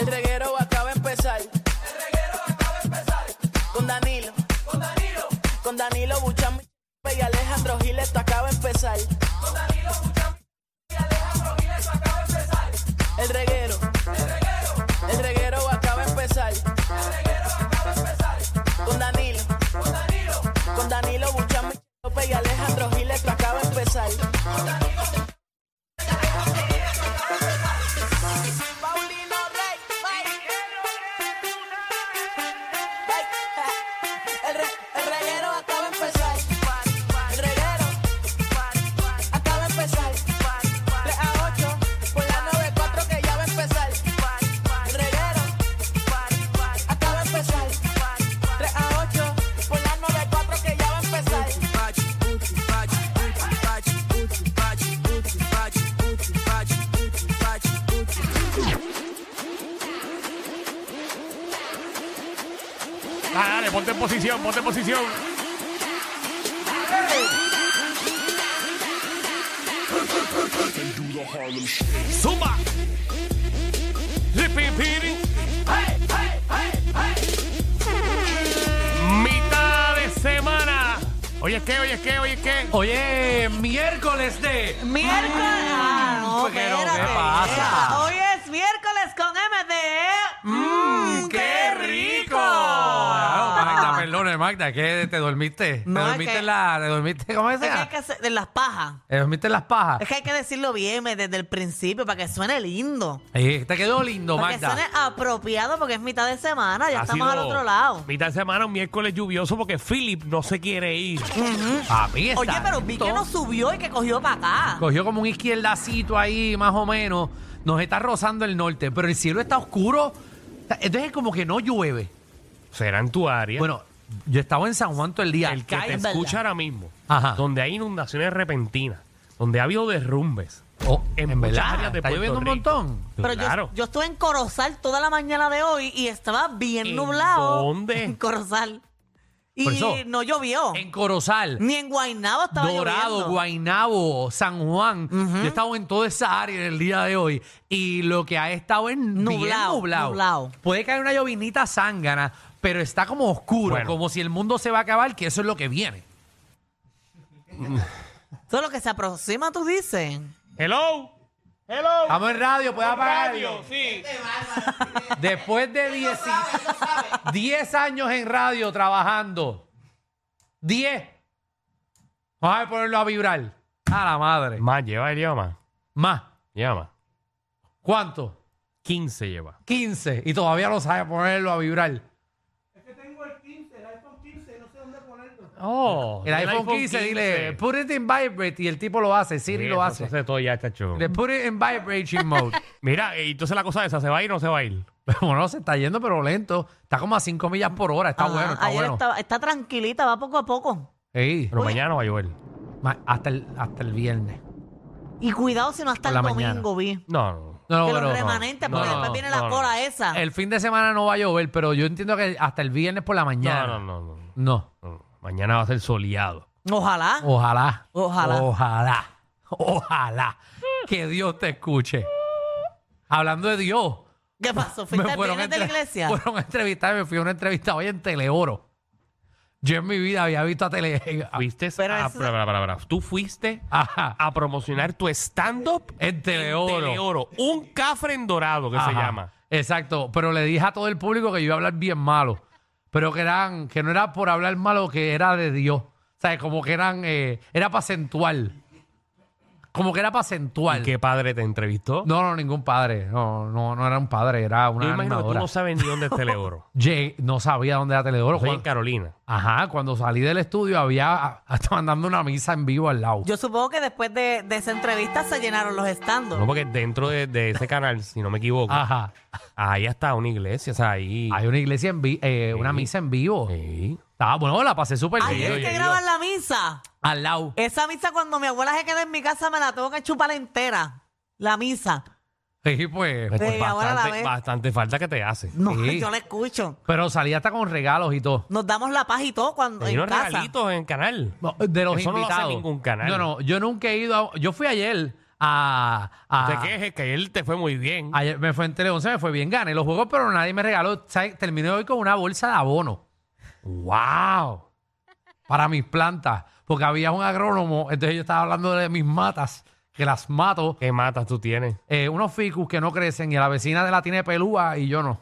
El reguero acaba de empezar. Con Danilo. Con Danilo Buchan y Alejandro Giles, esto acaba de empezar. El reguero. El reguero acaba de empezar. Con Danilo. Con Danilo Buchan y Alejandro Giles, esto acaba de empezar. Paulino Rey, El, re, el reguero acaba de empezar. El reguero acaba de empezar. 3 a 8 por la 94 que ya va a empezar. El reguero acaba de empezar. 3 a 8 por la 94 que ya va a empezar. Dale, ponte en posición, ponte en posición. Zumba. Lipi, piri. Mitad de semana. Oye, ¿qué? Oye, ¿qué? Oye, ¿qué? Oye, miércoles de. Miércoles. Ah, no, Pero, Mm. ¿qué espérate. pasa? Hoy es miércoles con E. MDE. Mm, ¡Mmm, qué rico! Claro, Magda, perdone, Magda, que te dormiste. No, te es dormiste que- en la. Te dormiste, ¿cómo Es que hay decía? que hacer de las pajas. Te dormiste en las pajas. Es que hay que decirlo bien me- desde el principio para que suene lindo. Eh, Ey, te quedó lindo, Para que Magda. suene apropiado porque es mitad de semana, ya Ha estamos al sido otro lado. Mitad de semana, un miércoles lluvioso porque Philip no se quiere ir. A mí está Oye, pero vi que lindo. no subió y que cogió para acá. Cogió como un izquierdacito ahí, más o menos. Nos está rozando el norte, pero el cielo está oscuro. Entonces, como que no llueve. Será en tu área. Bueno, yo estaba en San Juan todo el día. el que te Cae- escucha ahora mismo, Ajá. donde hay inundaciones repentinas, donde ha habido derrumbes, Oh, en en, muchas verdad, áreas de está Puerto lloviendo un Rico. montón. Pero yo- claro. yo, estuve en Corozal toda la mañana de hoy y estaba bien ¿En nublado. dónde? En Corozal. Por eso, Y no llovió. En Corozal, Ni en Guaynabo estaba Dorado, lloviendo. Guaynabo, San Juan. Yo he estado en toda esa área en el día de hoy. Y lo que ha estado es bien Nublado, nublado. nublado. Puede caer una llovinita zángana, pero está como oscuro, Bueno. como si el mundo se va a acabar, que eso es lo que viene. Todo lo que se aproxima, tú dices. Hello. Hello. Estamos en Ah, radio, puedes apagar. sí. Después de 10, 10 años en radio trabajando. 10. Vamos a ponerlo a vibrar. A la madre. Más, lleva, lleva más. Más. Lleva más. ¿Cuánto? 15 lleva. 15 y todavía no sabe ponerlo a vibrar. Oh, El, iPhone, 15, dile, put it in vibrate y el tipo lo hace, Siri lo hace. todo ya, chacho. Le put it in vibration mode. Mira, eh, entonces la cosa esa, ¿se va a ir o no se va a ir? bueno, se está yendo pero lento. Está como a 5 millas por hora, está Ajá, bueno, está ayer bueno. estaba- está tranquilita, va poco a poco. Ey, Pero mañana va a llover. ma- hasta, el, hasta el viernes. Y cuidado si no hasta Por el la mañana. domingo, vi. No, no. No, no, que pero- los remanentes, no, porque no, después no, viene no, la no. cola esa. El fin de semana no va a llover, pero yo entiendo que hasta el viernes por la No, mañana. no, no, no, no, No. no. Mañana va a ser soleado. Ojalá. Oh. Ojalá. Ojalá. Ojalá. Ojalá. Que Dios te escuche. Hablando de Dios. ¿Qué pasó? ¿Fuiste al viernes de la entre- iglesia? fueron a entrevistarme, fui a una entrevista hoy en Teleoro. Yo en mi vida había visto a Tele... Fuiste Pero a, eso- para, para, para, para. Tú fuiste Ajá. a promocionar tu stand-up En en Teleoro. Teleoro. Un cafre en dorado, que se Ajá. llama. Exacto, pero le dije a todo el público que yo iba a hablar bien malo, pero que eran que no era por hablar malo, que era de Dios. O sea, como que eran eh, era para acentuar. Como que era para acentuar. ¿Y qué padre te entrevistó? No, no, ningún padre. No, no, no era un padre, era Yo una imagino que tú animadora. no sabes ni dónde es Teleoro. Llegué- no sabía dónde era Teleoro. Soy en Cuando- Carolina. Ajá, cuando salí del estudio había estaban dando una misa en vivo al lado. Yo supongo que después de, de esa entrevista se llenaron los estandos. No, porque dentro de, de ese canal, si no me equivoco, Ajá. ahí está una iglesia. O sea, ahí. Hay una iglesia en vi- eh, una misa en vivo. Sí. Estaba bueno, la pasé súper Ay, bien. es que yo- graban la misa. Al lado. Esa misa cuando mi abuela se queda en mi casa me la tengo que chupar entera. La misa. Sí, pues. Pues Sí, ahora la bastante, ves. bastante falta que te hace. No, Sí. yo la escucho. Pero salí hasta con regalos y todo. Nos damos la paz y todo cuando Hay en unos casa. regalitos en el canal. De los Eso no lo hace invitados. ningún canal. No, no, yo nunca he ido a- Yo fui ayer a. a- Te quejes que ayer te fue muy bien. ayer me fue en Tele 11, me fue bien, gané los juegos, pero nadie me regaló. ¿sabes? Terminé hoy con una bolsa de abono. ¡Wow! Para mis plantas, porque había un agrónomo, entonces yo estaba hablando de mis matas, que las mato. ¿Qué matas tú tienes? eh, unos ficus que no crecen y a la vecina de la tiene pelúa y yo no.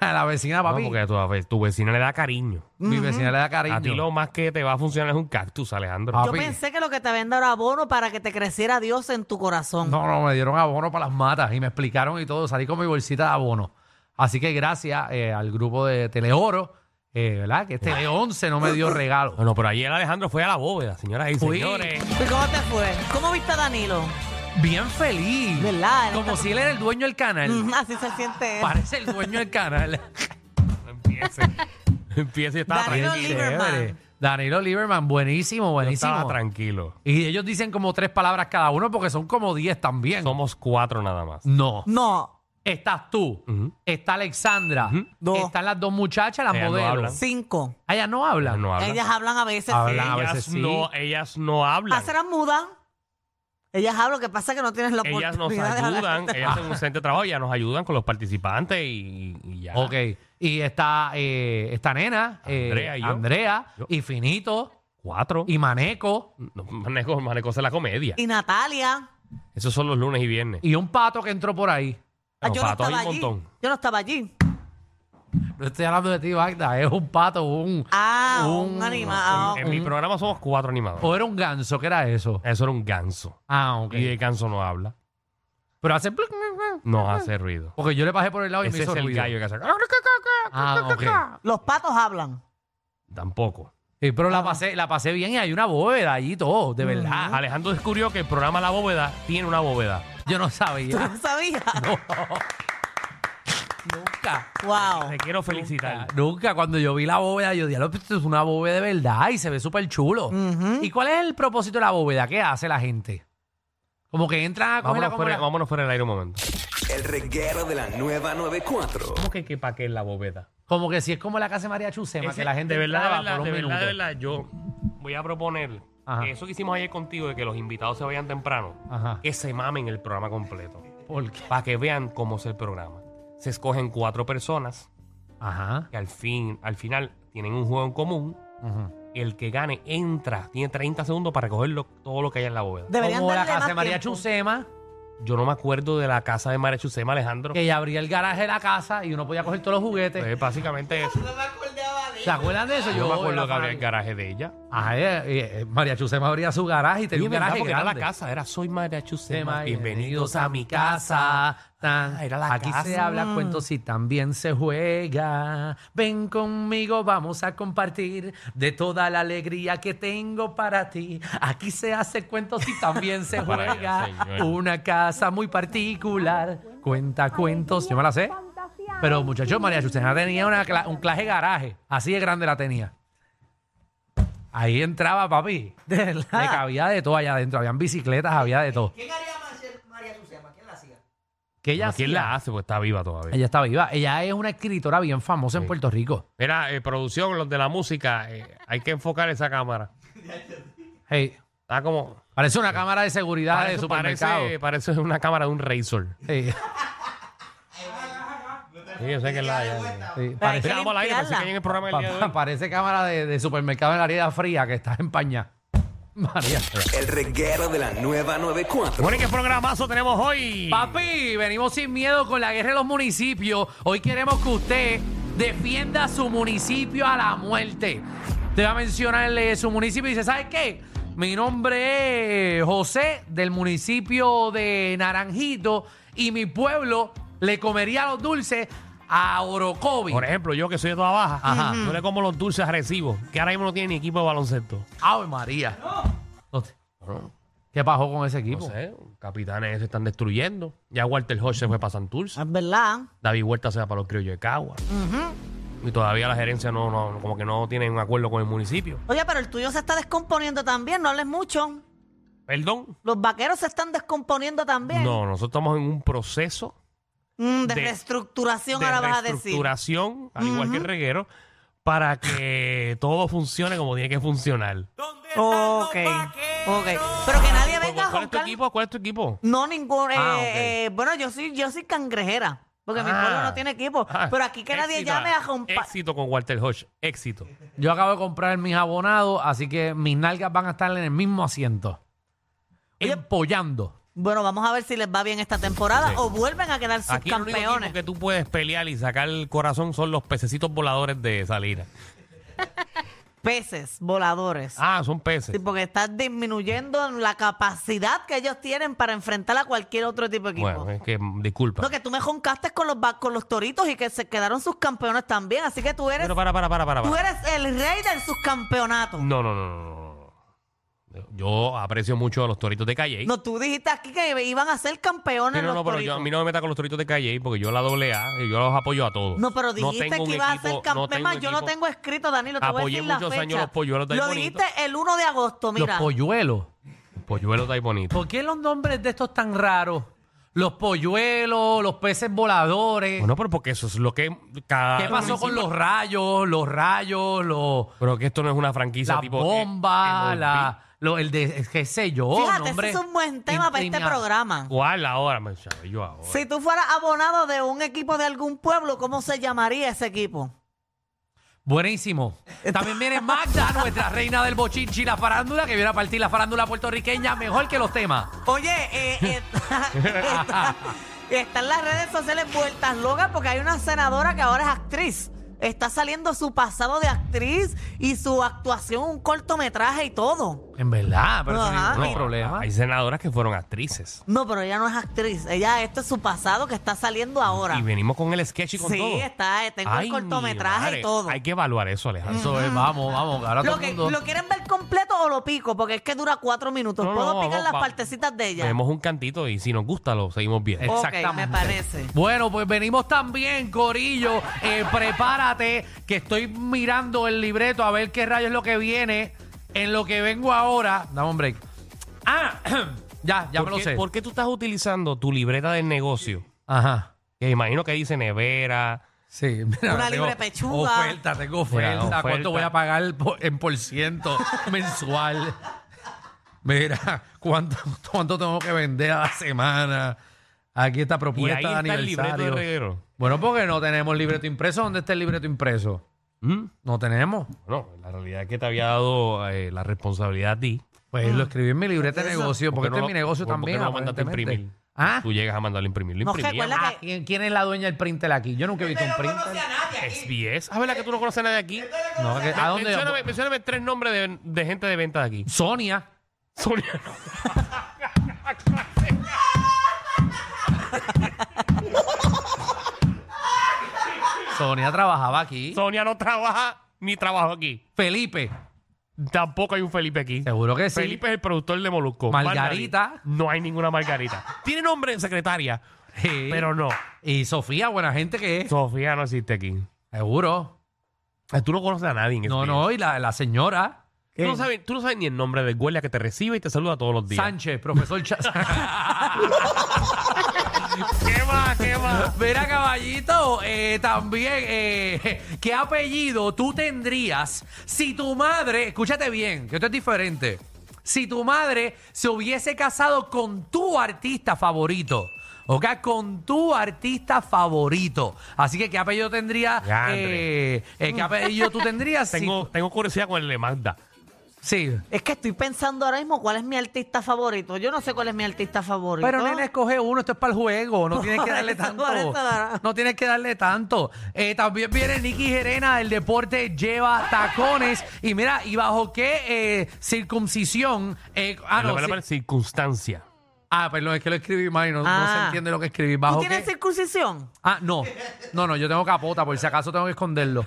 A la vecina, No, papi. porque a tu, a tu vecina le da cariño. Mi vecina le da cariño. A ti lo más que te va a funcionar es un cactus, Alejandro. Ah. Yo Papi. pensé que lo que te habían dado era abono para que te creciera Dios en tu corazón. No, no, me dieron abono para las matas y me explicaron y todo. Salí con mi bolsita de abono. Así que gracias eh, al grupo de Teleoro, eh, ¿verdad? Que Tele 11 no me dio regalo. No, no, pero ayer Alejandro fue a la bóveda, señoras y Fui. señores. ¿Y cómo te fue? ¿Cómo viste a Danilo? Bien feliz. ¿Verdad? Él Como está- si él era el dueño del canal. Mm, Así se siente él. Parece el dueño del canal. No Empiece. Empiece y estaba Danilo tranquilo. Lieberman. Chévere. Danilo Lieberman, buenísimo, Yo buenísimo. Estaba tranquilo. Y ellos dicen como tres palabras cada uno porque son como diez también. Somos cuatro nada más. No. No, Estás tú, Ujú. está Alexandra, No. están las dos muchachas, las Ellas no hablan. modelos. cinco. Ah, Ellas no hablan. No hablan. Ellas hablan a veces. Hablan. sí. a ellas, veces sí. no, ellas no hablan. Ah, serán mudas. Ellas hablan, lo que pasa es que no tienes la oportunidad. Ellas nos de hablar. ayudan, ellas hacen un centro de trabajo, ellas nos ayudan con los participantes y, y ya. Ok. Y está eh, esta nena, eh, Andrea y yo. Andrea, Yo. y Finito, Cuatro. y Maneco, No, manejo, manejo es la comedia. Y Natalia. Esos son los lunes y viernes. y un pato que entró por ahí. Ah, Bueno, yo no patos estaba hay un allí. montón. Yo no estaba allí. No estoy hablando de ti, Magda, es un pato, un... Ah, Un- un, Ah, Ah, animado. En mi programa somos cuatro animadores. O era un ganso, ¿qué era eso? Eso era un ganso. Ah, ok. Y el ganso no habla, Pero hace... pluc, no hace ruido. Porque yo le pasé por el lado y me Ese es hizo el ruido. gallo que hace. Ah, ok. Los patos hablan. Tampoco. Sí, pero Ah. la pasé, la pasé bien y hay una bóveda allí y todo, de verdad. Alejandro descubrió que el programa La Bóveda tiene una bóveda. Yo no ¿Tú sabía. no sabías? Nunca. Wow. Te quiero felicitar. Nunca, cuando yo vi la bóveda, yo dije, "Lo- esto es una bóveda de verdad y se ve súper chulo. ¿Y cuál es el propósito de la bóveda? ¿Qué hace la gente? Como que entran a coger Vámonos fuera, vámonos fuera del aire un momento. El reguero de la nueva 94. ¿Cómo que, que para qué la bóveda? Como que si es como la casa de María Chusema, Ese- que la gente de verdad, de entraba verdad, por un de verdad, de minuto. verdad, yo voy a proponer Ajá. que eso que hicimos ayer contigo de que los invitados se vayan temprano, Ajá. que se mamen el programa completo, ¿Por qué? para que vean cómo es el programa. Se escogen cuatro personas Ajá. que al fin, al final tienen un juego en común. Ujú. El que gane entra, tiene 30 segundos para recoger lo- todo lo que hay en la bóveda. Deberían Como la darle casa más de María tiempo. Chusema, Yo no me acuerdo de la casa de María Chusema, Alejandro. que ella abría el garaje de la casa y uno podía coger todos los juguetes. Es básicamente eso. ¿Se acuerdan de eso? Eh, Yo no me acuerdo era que había el fanático. garaje de ella. Ajá, eh, eh, María Chusema abría su garaje y tenía Oye, un ¿verdad? garaje Porque grande. era la casa, era soy María Chusema. Bienvenidos a mi casa. Tan. Ah, era la Aquí se casa. habla cuentos y también se juega. Ven conmigo, vamos a compartir de toda la alegría que tengo para ti. Aquí se hace cuentos y también se Para allá, juega. señor. Una casa muy particular. Cuenta cuentos. Yo me la sé. Pero muchachos, María Chusena tenía una cla- un clase garaje. Así de grande la tenía. Ahí entraba, papi. De verdad. Le cabía de todo allá adentro. Habían bicicletas, había de todo. ¿Quién haría más María Susema? ¿Quién la hacía? Que ella ¿Quién hacía- la hace? Pues está viva todavía. Ella está viva. Ella es una escritora bien famosa en Puerto Rico. Mira, eh, producción, los de la música, eh, hay que enfocar esa cámara. Hey, Está como. parece una cámara de seguridad de Parece, supermercado. parece, parece una cámara de un Razor. Hey, Sí, yo sé que es la. ya- sí, Pero hay parece, Mira, vamos al aire, parece limpiarla. que hay en el programa el día de pa- hoy. parece cámara de, de supermercado en la área fría que está en paña. María. El reguero de la nueva 94. Bueno, ¿y qué programazo tenemos hoy? Papi, venimos sin miedo con la guerra de los municipios. Hoy queremos que usted defienda su municipio a la muerte. Te va a mencionarle su municipio y dice, ¿sabes qué? Mi nombre es José del municipio de Naranjito y mi pueblo le comería los dulces a Orocovi. Por ejemplo, yo que soy de toda baja, Ajá. yo le como los dulces a Recibo, que ahora mismo no tiene ni equipo de baloncesto. Ave María. No te- ¿Qué pasó con ese No equipo? sé, pues. capitanes se están destruyendo. Ya Walter Hodge se fue para Santurce. Es verdad. David Huerta se va para los criollos de Cagua. Y todavía la gerencia no, no- como que no tienen un acuerdo con el municipio. Oye, pero el tuyo se está descomponiendo también, no hables mucho. Perdón. Los vaqueros se están descomponiendo también. No, nosotros estamos en un proceso Mm, de, De- reestructuración, de ahora vas a decir. reestructuración, al igual que el reguero, para que todo funcione como tiene que funcionar. Ok, ok. Pero que nadie ¿Cuál, venga a Pues, cuál es tu roncar. equipo? ¿Cuál es tu equipo? No, ningún. eh, Ah, ok. eh, bueno, yo soy, yo soy cangrejera. Porque mi Ah. pueblo no tiene equipo. Ah, pero aquí que nadie éxito, llame a romper. Éxito con Walter Hodge. Éxito. Yo acabo de comprar mis abonados, así que mis nalgas van a estar en el mismo asiento. Empollando. Bueno, vamos a ver si les va bien esta temporada Sí. o vuelven a quedar Aquí el único equipo subcampeones. que tú puedes pelear y sacar el corazón son los pececitos voladores de Salinas. Peces, voladores. Ah, son peces. Sí, porque estás disminuyendo la capacidad que ellos tienen para enfrentar a cualquier otro tipo de equipo. Bueno, es que mm, disculpa. No, que tú me joncaste con los, ba- con los toritos y que se quedaron sus campeones también. Así que tú eres, Pero para, para, para, para. tú para. eres el rey del subcampeonato. No, No, no, no, no, no, no. Yo aprecio mucho a los toritos de Calle. tú dijiste aquí que iban a ser Sí, campeones no, los no, pero yo, toritos. a mí no me meta con los toritos de Calle porque yo la doble A y yo los apoyo a todos. No, pero dijiste tengo un que ibas a ser equipo- campeón. tengo más, un yo no equipo. tengo escrito, Danilo. Te voy a Apoyé decir la muchos fecha. años los polluelos de ahí Lo bonitos. dijiste el 1 de agosto, mira. Los polluelos. Polluelos de ahí bonito. ¿Por qué los nombres de estos tan raros? Los polluelos, los peces voladores. Bueno, pero porque eso es lo que cada. ¿Qué pasó con los rayos? Los rayos, los, Pero que esto no es una franquicia la tipo. bomba, eh, eh, la, lo- el de qué sé yo. Fíjate, nombre ese es un buen tema para este intimidante. programa. ¿Cuál ahora, me chaval? Yo ahora. Si tú fueras abonado de un equipo de algún pueblo, ¿cómo se llamaría ese equipo? Buenísimo. También viene Magda, nuestra reina del bochinchi, la farándula, que viene a partir la farándula puertorriqueña mejor que los temas. Oye, eh, está- está- están las redes sociales vueltas locas porque hay una senadora que ahora es actriz. Está saliendo su pasado de actriz y su actuación, un cortometraje y todo. En verdad, pero eso Ajá. no hay No, ningún problema. Hay senadoras que fueron actrices. No, pero ella no es actriz. Ella, esto es su pasado que está saliendo ahora. Y venimos con el sketch y con sí, todo. está, eh, tengo Ay, el mi cortometraje madre. y todo. Hay que evaluar eso, Alejandro. Eso es, vamos, vamos. Ahora Lo, todo el que, mundo. ¿Lo quieren ver completo o lo pico? Porque es que dura cuatro minutos. No, no, Puedo vamos, picar las vamos. partecitas de ella. Vemos un cantito y si nos gusta lo seguimos bien. Ok, me parece. Bueno, pues venimos también, Corillo. Eh, prepárate, que estoy mirando el libreto a ver qué rayos es lo que viene. En lo que vengo ahora. Dame un break. Ah, ya, ya ¿Por me lo qué- sé. ¿Por qué tú estás utilizando tu libreta del negocio? Ajá. Que imagino que dice nevera. Sí, mira, Una tengo libre pechuga. Oferta, tengo oferta. Mira, oferta. ¿Cuánto voy a pagar po- en por ciento mensual? Mira, ¿cuánto, ¿cuánto tengo que vender a la semana? Aquí está Y propuesta ahí de está el libreto de aniversario. reguero. bueno, porque no tenemos libreto impreso. ¿Dónde está el libreto impreso? ¿Mm? No tenemos. Bueno, la realidad es que te había dado eh, la responsabilidad a ti. Pues lo escribí en mi libreta de negocio, porque Ah. no este lo- es mi negocio ¿por qué también. no lo mandaste a aparentemente. imprimir? ¿Ah? Tú llegas a mandarlo a imprimir. Lo No, imprimía. recuerda Ah, ¿quién, quién es la dueña del printer aquí? Yo nunca he visto un printer. SBS. Ah, ¿verdad que tú no conoces a nadie aquí? No, que- ¿A dónde? Mencióname, mencióname tres nombres de, de gente de venta de aquí. Sonia. Sonia. Sonia trabajaba aquí. Sonia no trabaja ni trabajo aquí. Felipe. Tampoco hay un Felipe aquí. Seguro que sí. Felipe es el productor de Molusco. Más Margarita. nadie. No hay ninguna Margarita. Tiene nombre de secretaria, Sí. pero no. Y Sofía, buena gente que es. Sofía no existe aquí. Seguro. Ah, Tú no conoces a nadie en No, SBS. no, y la, la señora Tú no, sabes, tú no sabes ni el nombre del guardia que te recibe y te saluda todos los días. Sánchez, profesor Chas. ¿Qué va? ¿Qué va? Mira, caballito, eh, también, eh, ¿qué apellido tú tendrías si tu madre, escúchate bien, que esto es diferente, si tu madre se hubiese casado con tu artista favorito? ¿Ok? Con tu artista favorito. Así que, ¿qué apellido tendría? Gandre. eh, eh, ¿Qué apellido tú tendrías? si- Tengo, tengo curiosidad con el de Magda. sí. Es que estoy pensando ahora mismo cuál es mi artista favorito. Yo no sé cuál es mi artista favorito. Pero nena, escoge uno, esto es para el juego, no tienes que darle eso, tanto. por eso, ah. Dara. No tienes que darle tanto. Eh, también viene Nicky Gerena, el deporte lleva tacones. Y mira, ¿y bajo qué eh, circuncisión? eh, ah, En la no, palabra sí- circunstancia. ah, perdón, es que lo escribí mal y no, no Ah. se entiende lo que escribí. ¿Tú ¿Bajo qué? tienes circuncisión? Ah, no. No, no, yo tengo capota, por si acaso tengo que esconderlo.